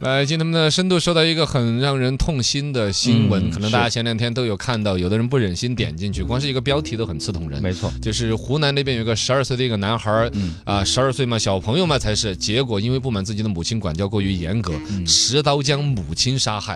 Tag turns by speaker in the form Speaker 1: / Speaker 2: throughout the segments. Speaker 1: 来，今天的深度说到一个很让人痛心的新闻，
Speaker 2: 嗯
Speaker 1: 可能大家前两天都有看到，有的人不忍心点进去，光是一个标题都很刺痛人。
Speaker 2: 没错，
Speaker 1: 就是湖南那边有个十二岁的一个男孩儿
Speaker 2: 嗯，
Speaker 1: 啊，十二岁嘛，小朋友嘛才是，结果因为不满自己的母亲管教过于严格，
Speaker 2: 嗯
Speaker 1: 持刀将母亲杀害。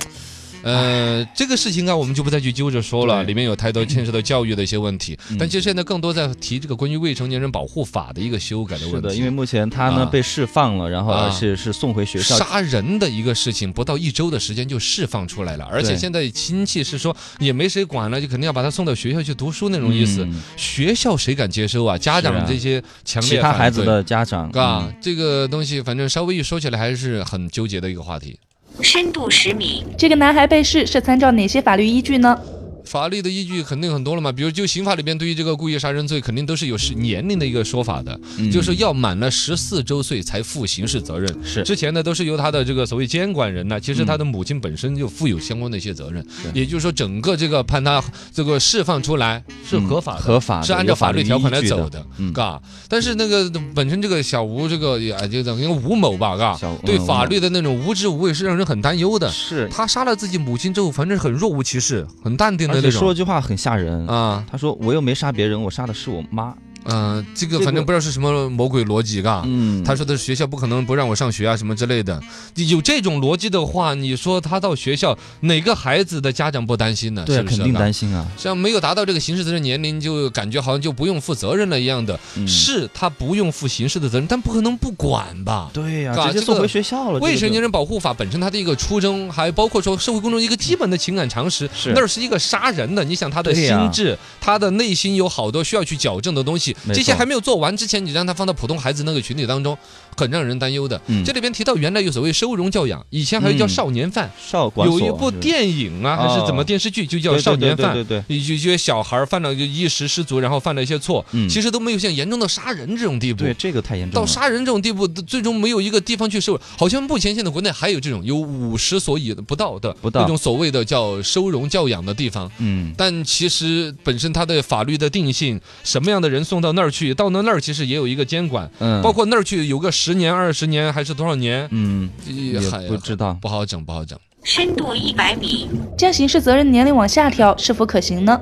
Speaker 1: 呃，这个事情啊，我们就不再去揪着说了，
Speaker 2: 对嗯
Speaker 1: 里面有太多牵涉到教育的一些问题。但其实现在更多在提这个关于未成年人保护法的一个修改的
Speaker 2: 是
Speaker 1: 问
Speaker 2: 的，
Speaker 1: 题。
Speaker 2: 因为目前他呢、
Speaker 1: 啊
Speaker 2: 被释放了，然后
Speaker 1: 啊
Speaker 2: 是、是送回学校。
Speaker 1: 杀人的一个事情，不到一周的时间就释放出来了，而且
Speaker 2: 对
Speaker 1: 现在亲戚是说也没谁管了，就肯定要把他送到学校去读书那种意思。
Speaker 2: 嗯
Speaker 1: 学校谁敢接收啊？家
Speaker 2: 是啊
Speaker 1: 长这些强
Speaker 2: 其
Speaker 1: 烈
Speaker 2: 他孩
Speaker 1: 反
Speaker 2: 子
Speaker 1: 对。
Speaker 2: 的家长
Speaker 1: 啊，这个东西反正稍微一说起来还是很纠结的一个话题。
Speaker 3: 深度十米，
Speaker 4: 这个男孩被试是参照哪些法律依据呢？
Speaker 1: 法律的依据肯定很多了嘛，比如就刑法里边对于这个故意杀人罪，肯定都是有是年龄的一个说法的，
Speaker 2: 嗯
Speaker 1: 就是要满了十四周岁才负刑事责任。
Speaker 2: 是
Speaker 1: 之前呢都是由他的这个所谓监管人呢，其实他的母亲本身就负有相关的一些责任，也就是说整个这个判他这个释放出来是合法的，
Speaker 2: 嗯合法的
Speaker 1: 是按照法律条款来
Speaker 2: 有法律依
Speaker 1: 走
Speaker 2: 据
Speaker 1: 的，
Speaker 2: 嗯
Speaker 1: 嘎。但是那个本身这个小吴这个也就等于吴某吧，嘎
Speaker 2: 小吴，
Speaker 1: 对
Speaker 2: 嗯
Speaker 1: 法
Speaker 2: 吴
Speaker 1: 律的那种无知无畏是让人很担忧的。
Speaker 2: 是，
Speaker 1: 他杀了自己母亲之后，反正很若无其事，很淡定
Speaker 2: 而
Speaker 1: 的那
Speaker 2: 且说
Speaker 1: 种。
Speaker 2: 句话很吓人。
Speaker 1: 啊，
Speaker 2: 他说：“我又没杀别人，我杀的是我妈。
Speaker 1: 嗯、这个
Speaker 2: 这
Speaker 1: 反
Speaker 2: 个
Speaker 1: 正不知道是什么魔鬼逻辑，”嘎。
Speaker 2: 嗯
Speaker 1: 他说的是学校不可能不让我上学啊，什么之类的。有这种逻辑的话，你说他到学校，哪个孩子的家长不担心呢？
Speaker 2: 对啊，
Speaker 1: 是不是
Speaker 2: 肯定
Speaker 1: 嘎
Speaker 2: 担心啊。
Speaker 1: 像没有达到这个刑事责任年龄，就感觉好像就不用负责任了一样的。
Speaker 2: 嗯
Speaker 1: 是他不用负刑事的责任，但不可能不管吧？
Speaker 2: 对呀、
Speaker 1: 嘎
Speaker 2: 直接
Speaker 1: 这
Speaker 2: 送
Speaker 1: 个
Speaker 2: 回学校了。这个
Speaker 1: 未
Speaker 2: 就
Speaker 1: 成年人保护法本身它的一个初衷，还包括说社会公众一个基本的情感常识，
Speaker 2: 是
Speaker 1: 那是一个杀人的。你想他的
Speaker 2: 对
Speaker 1: 心
Speaker 2: 呀
Speaker 1: 智，他的内心有好多需要去矫正的东西，
Speaker 2: 没
Speaker 1: 这些
Speaker 2: 错
Speaker 1: 还没有做完之前，你让他放到普通孩子那个群体当中，很让人担忧的。
Speaker 2: 嗯
Speaker 1: 这里边提到原来有所谓收容教养，以前还有叫
Speaker 2: 嗯
Speaker 1: 少年犯，
Speaker 2: 少管
Speaker 1: 有一
Speaker 2: 所
Speaker 1: 部
Speaker 2: 是
Speaker 1: 电影啊还是怎
Speaker 2: 哦
Speaker 1: 么电视剧就叫
Speaker 2: 对对
Speaker 1: 少年
Speaker 2: 对
Speaker 1: 犯
Speaker 2: 对。对
Speaker 1: 有一些小孩儿犯了就一时失足，然后犯了一些错，
Speaker 2: 嗯
Speaker 1: 其实都没有像严重到杀人这种地步。
Speaker 2: 对，这个太严重
Speaker 1: 到
Speaker 2: 了。
Speaker 1: 杀人这种地步，最终没有一个地方去收。好像目前现在国内还有这种有五十所以不到的
Speaker 2: 不到
Speaker 1: 那种所谓的叫收容教养的地方。
Speaker 2: 嗯，
Speaker 1: 但其实本身它的法律的定性，什么样的人送到那儿去，到那那儿其实也有一个监管，
Speaker 2: 嗯，
Speaker 1: 包括那儿去有个十年、二十年还是多少年，哎
Speaker 2: 嗯，
Speaker 1: 也
Speaker 2: 也
Speaker 1: 还
Speaker 2: 不知道。
Speaker 1: 不好整，不好整。
Speaker 3: 深度一百米，
Speaker 4: 将刑事责任年龄往下调是否可行呢？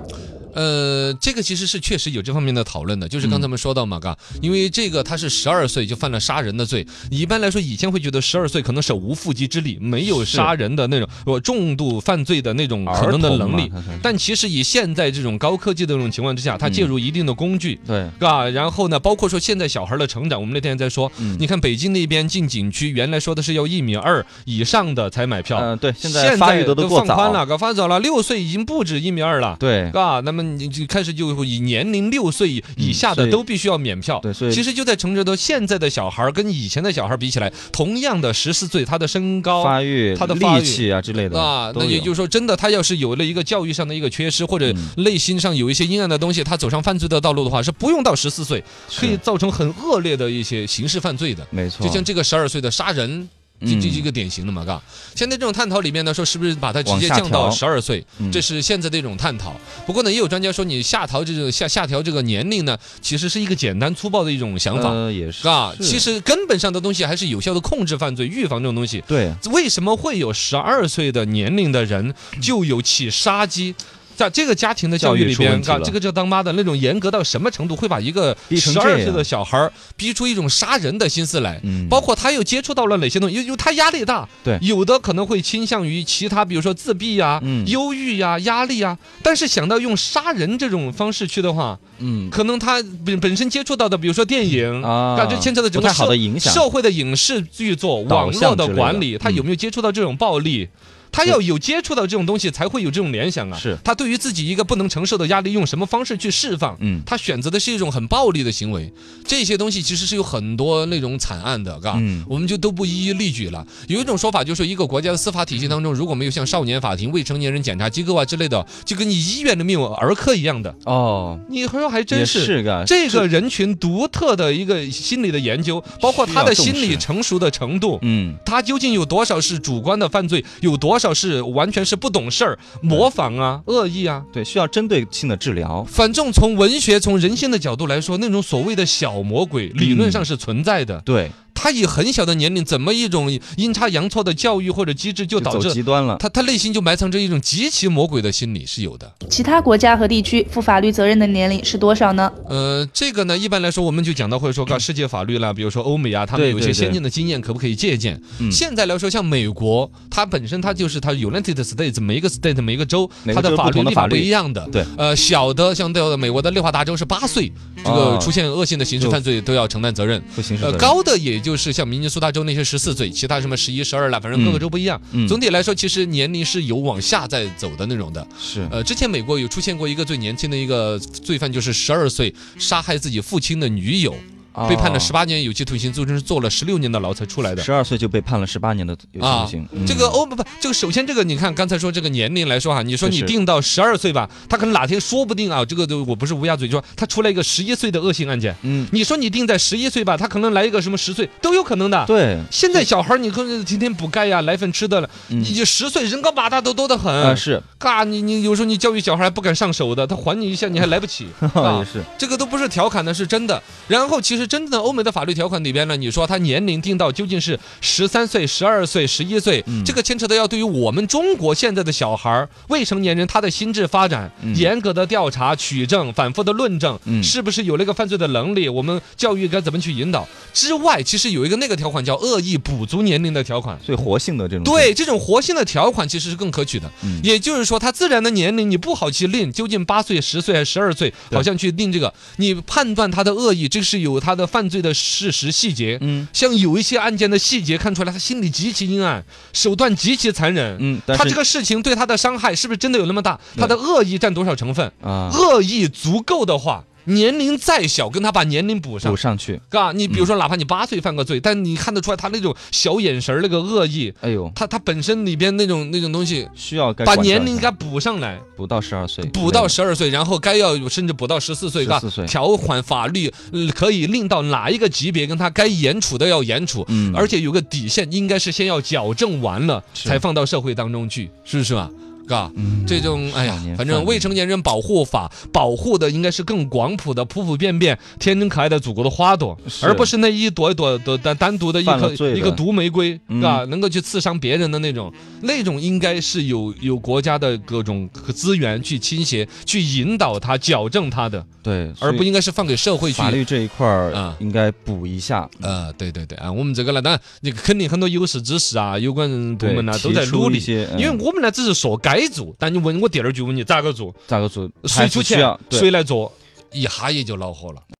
Speaker 1: 呃，这个其实是确实有这方面的讨论的，就是刚才我们说到嘛，嘎，因为这个他是十二岁就犯了杀人的罪，一般来说以前会觉得十二岁可能手无缚鸡之力，没有
Speaker 2: 是
Speaker 1: 杀人的那种我重度犯罪的那种可能的能力
Speaker 2: 儿童嘛，他是
Speaker 1: 但其实以现在这种高科技的这种情况之下，他介入一定的工具。
Speaker 2: 对，
Speaker 1: 啊，然后呢，包括说现在小孩的成长，我们那天在说，
Speaker 2: 嗯
Speaker 1: 你看北京那边进景区，原来说的是要一米二以上的才买票，
Speaker 2: 嗯，对，现
Speaker 1: 现
Speaker 2: 在发育的
Speaker 1: 都
Speaker 2: 过
Speaker 1: 放
Speaker 2: 早
Speaker 1: 宽了，搞发早了，六岁已经不止一米二了。
Speaker 2: 对
Speaker 1: 啊，那么你就开始就以年龄六岁以以下
Speaker 2: 嗯所
Speaker 1: 的
Speaker 2: 以
Speaker 1: 都必须要免票。
Speaker 2: 对，所以
Speaker 1: 其实就在成着到现在的小孩儿跟以前的小孩儿比起来，同样的十四岁，他的身高。
Speaker 2: 发育、
Speaker 1: 他的发
Speaker 2: 力
Speaker 1: 育
Speaker 2: 气啊之类的
Speaker 1: 啊，
Speaker 2: 都
Speaker 1: 那也
Speaker 2: 有
Speaker 1: 就是说，真的，他要是有了一个教育上的一个缺失，或者
Speaker 2: 嗯
Speaker 1: 内心上有一些阴暗的东西，他走上犯罪的道路的话，是不用到十四岁，可以
Speaker 2: 是
Speaker 1: 造成很恶劣的一些刑事犯罪的。
Speaker 2: 没错，
Speaker 1: 就像这个十二岁的杀人，就
Speaker 2: 嗯
Speaker 1: 就一个典型的嘛，嘎。现在这种探讨里面呢，说是不是把它直
Speaker 2: 往
Speaker 1: 接
Speaker 2: 下
Speaker 1: 降到
Speaker 2: 调
Speaker 1: 十二岁
Speaker 2: 嗯，
Speaker 1: 这是现在的一种探讨。不过呢，也有专家说，你下调这种下下调这个年龄呢，其实是一个简单粗暴的一种想法，
Speaker 2: 呃也是
Speaker 1: 嘎。
Speaker 2: 是
Speaker 1: 其实根本上的东西还是有效的控制犯罪、预防这种东西。
Speaker 2: 对，
Speaker 1: 为什么会有十二岁的年龄的人就有起杀机？在这个家庭的教育
Speaker 2: 教育
Speaker 1: 里
Speaker 2: 出问
Speaker 1: 边，
Speaker 2: 题了
Speaker 1: 嘎，这个这当妈的那种严格到什么程度，会把一个
Speaker 2: 逼成
Speaker 1: 十
Speaker 2: 这
Speaker 1: 二
Speaker 2: 样
Speaker 1: 岁的小孩儿逼出一种杀人的心思来？
Speaker 2: 嗯，
Speaker 1: 包括他又接触到了哪些东西，因为因为他压力大，
Speaker 2: 对
Speaker 1: 有的可能会倾向于其他，比如说自闭呀、
Speaker 2: 嗯
Speaker 1: 忧郁呀、压力呀。但是想到用杀人这种方式去的话，
Speaker 2: 嗯
Speaker 1: 可能他本本身接触到的，比如说电影
Speaker 2: 啊
Speaker 1: 感觉牵扯到整
Speaker 2: 不
Speaker 1: 个
Speaker 2: 太好
Speaker 1: 社
Speaker 2: 的影响
Speaker 1: 社会的影视剧作、
Speaker 2: 导
Speaker 1: 网
Speaker 2: 向
Speaker 1: 络
Speaker 2: 之类的
Speaker 1: 管理，他
Speaker 2: 嗯
Speaker 1: 有没有接触到这种暴力？他要有接触到这种东西，才会有这种联想啊。
Speaker 5: 是
Speaker 1: 他对于自己一个不能承受的压力，用什么方式去释放？
Speaker 5: 嗯
Speaker 1: 他选择的是一种很暴力的行为。这些东西其实是有很多那种惨案的，嘎，
Speaker 5: 嗯
Speaker 1: 我们就都不一一例举了。有一种说法就是说，一个国家的司法体系当中，如果没有像少年法庭、未成年人检察机构啊之类的，就跟你医院的命有儿科一样的。
Speaker 5: 哦，
Speaker 1: 你说还真
Speaker 5: 也
Speaker 1: 是。
Speaker 5: 啊是个
Speaker 1: 这个人群独特的一个心理的研究，包括他的心
Speaker 5: 需
Speaker 1: 理
Speaker 5: 要重视
Speaker 1: 成熟的程度，
Speaker 5: 嗯，
Speaker 1: 他究竟有多少是主观的犯罪，有多少是完全是不懂事儿、模仿啊、
Speaker 5: 嗯
Speaker 1: 恶意啊？
Speaker 5: 对，需要针对性的治疗。
Speaker 1: 反正从文学、从人性的角度来说，那种所谓的小魔鬼，
Speaker 5: 嗯
Speaker 1: 理论上是存在的。
Speaker 5: 对，
Speaker 1: 他以很小的年龄，怎么一种阴差阳错的教育或者机制，就
Speaker 5: 就
Speaker 1: 导
Speaker 5: 走
Speaker 1: 致
Speaker 5: 极端了。
Speaker 1: 他他内心就埋藏着一种极其魔鬼的心理是有的。
Speaker 4: 其他国家和地区负法律责任的年龄是多少呢？
Speaker 1: 呃，这个呢，一般来说，我们就讲到会说，告世界法律啦，比如说欧美啊，他们
Speaker 5: 对
Speaker 1: 有一些
Speaker 5: 嗯对
Speaker 1: 先
Speaker 5: 对
Speaker 1: 进的经验，可不可以借鉴？
Speaker 5: 嗯
Speaker 1: 现在来说，像美国，它本身它就是它 United States 每一个 state 每一个州，
Speaker 5: 每
Speaker 1: 它
Speaker 5: 个
Speaker 1: 的
Speaker 5: 州有
Speaker 1: 法
Speaker 5: 不
Speaker 1: 律
Speaker 5: 同的
Speaker 1: 立法
Speaker 5: 法
Speaker 1: 不
Speaker 5: 律
Speaker 1: 一样的。
Speaker 5: 对，
Speaker 1: 呃，小的像到美国的内华达州是八岁，这个
Speaker 5: 哦
Speaker 1: 出现恶性的刑事
Speaker 5: 就
Speaker 1: 犯罪都要承担责任。
Speaker 5: 不行，
Speaker 1: 呃，高的也就是像明尼苏达州那些十四岁，其他什么十一、十二啦，反正各个
Speaker 5: 嗯
Speaker 1: 州不一样。
Speaker 5: 嗯
Speaker 1: 总体来说，其实年龄是有往下在走的那种的。
Speaker 5: 是
Speaker 1: 呃，之前美国有出现过一个最年轻的一个罪犯，就是十二岁杀害自己父亲的女友，
Speaker 5: 哦
Speaker 1: 呃被判了十
Speaker 5: 八，
Speaker 1: 八年有期徒刑，最终是坐了十六年的牢才出来的。
Speaker 5: 十二岁就被判了十八年的有期徒刑。嗯
Speaker 1: 这个哦不不，这个首先这个你看刚才说这个年龄来说哈，你说
Speaker 5: 确
Speaker 1: 你
Speaker 5: 实
Speaker 1: 定到十二岁吧，他可能哪天说不定啊，这个都我不是乌鸦嘴，就说他出来一个十一岁的恶性案件，
Speaker 5: 嗯，
Speaker 1: 你说你定在十一岁吧，他可能来一个什么十岁都有可能的。
Speaker 5: 对，
Speaker 1: 现在小孩儿你看天天补钙呀、奶粉吃的了，
Speaker 5: 嗯
Speaker 1: 你就十岁人高马大都多得很。
Speaker 5: 啊是，
Speaker 1: 嘎，你你有时候你教育小孩还不敢上手的，他还你一下你还来不 及
Speaker 5: 也
Speaker 1: 啊。
Speaker 5: 是，
Speaker 1: 这个都不是调侃的，是真的。然后其实真正的欧美的法律条款里边呢，你说他年龄定到究竟是十三岁、十二岁、十一岁，
Speaker 5: 嗯
Speaker 1: 这个牵扯到要对于我们中国现在的小孩儿、未成年人他的心智发展，
Speaker 5: 嗯
Speaker 1: 严格的调查、取证、反复的论证，
Speaker 5: 嗯
Speaker 1: 是不是有那个犯罪的能力？我们教育该怎么去引导？之外，其实有一个那个条款叫恶意补足年龄的条款。
Speaker 5: 最活性的这种。
Speaker 1: 对，这种活性的条款其实是更可取的，
Speaker 5: 嗯
Speaker 1: 也就是说，他自然的年龄你不好去定，究竟八岁、十岁还是十二岁，好像去定这个，你判断他的恶意，这是有他的犯罪的事实细节。
Speaker 5: 嗯
Speaker 1: 像有一些案件的细节看出来，他心里极其阴暗，手段极其残忍。
Speaker 5: 嗯，但
Speaker 1: 他
Speaker 5: 是
Speaker 1: 这个事情对他的伤害是不是真的有那么大？
Speaker 5: 对
Speaker 1: 他的恶意占多少成分？
Speaker 5: 啊，
Speaker 1: 恶意足够的话，年龄再小，跟他把年龄补上
Speaker 5: 补。上嗯去，
Speaker 1: 嘎，你比如说，哪怕你八岁犯个罪，但你看得出来他那种小眼神儿那个恶意，
Speaker 5: 哎呦，
Speaker 1: 他他本身里边那种那种东西，
Speaker 5: 需要该
Speaker 1: 把
Speaker 5: 管教
Speaker 1: 年
Speaker 5: 一
Speaker 1: 龄
Speaker 5: 下
Speaker 1: 该补上来，
Speaker 5: 补到十二岁，
Speaker 1: 补到十二岁，然后该要有甚至补到十四岁，吧
Speaker 5: 14岁
Speaker 1: 条款法律呃可以令到哪一个级别跟他该严处的要严处，
Speaker 5: 嗯
Speaker 1: 而且有个底线，应该是先要矫正完了
Speaker 5: 是
Speaker 1: 才放到社会当中去，是不是嘛？嘎，
Speaker 5: 嗯
Speaker 1: 这种哎呀
Speaker 5: 少年，
Speaker 1: 反正
Speaker 5: 犯
Speaker 1: 未成年人保护法保护的应该是更广谱的、普普遍遍、天真可爱的祖国的花朵，
Speaker 5: 是
Speaker 1: 而不是那一朵一朵的单单独的一
Speaker 5: 犯了
Speaker 1: 颗
Speaker 5: 罪的
Speaker 1: 一个毒玫瑰，
Speaker 5: 嗯
Speaker 1: 啊，能够去刺伤别人的那种，那种应该是有有国家的各种资源去倾斜、去引导他、矫正他的，
Speaker 5: 对，
Speaker 1: 而不
Speaker 5: 所以
Speaker 1: 应该是放给社会去
Speaker 5: 法律这一块儿
Speaker 1: 啊
Speaker 5: 应该补一下，
Speaker 1: 呃，对对对啊，我们这个呢，当然你肯定很多有识之士啊，有关部门啊
Speaker 5: 对
Speaker 1: 都在
Speaker 5: 提出
Speaker 1: 努
Speaker 5: 一
Speaker 1: 力。
Speaker 5: 些，嗯
Speaker 1: 因为我们呢只是说该做，但你问我第二句问你咋个做，
Speaker 5: 咋个做，
Speaker 1: 谁
Speaker 5: 还是
Speaker 1: 出
Speaker 5: 需要
Speaker 1: 钱
Speaker 5: 对
Speaker 1: 谁来做，一哈也就恼火了。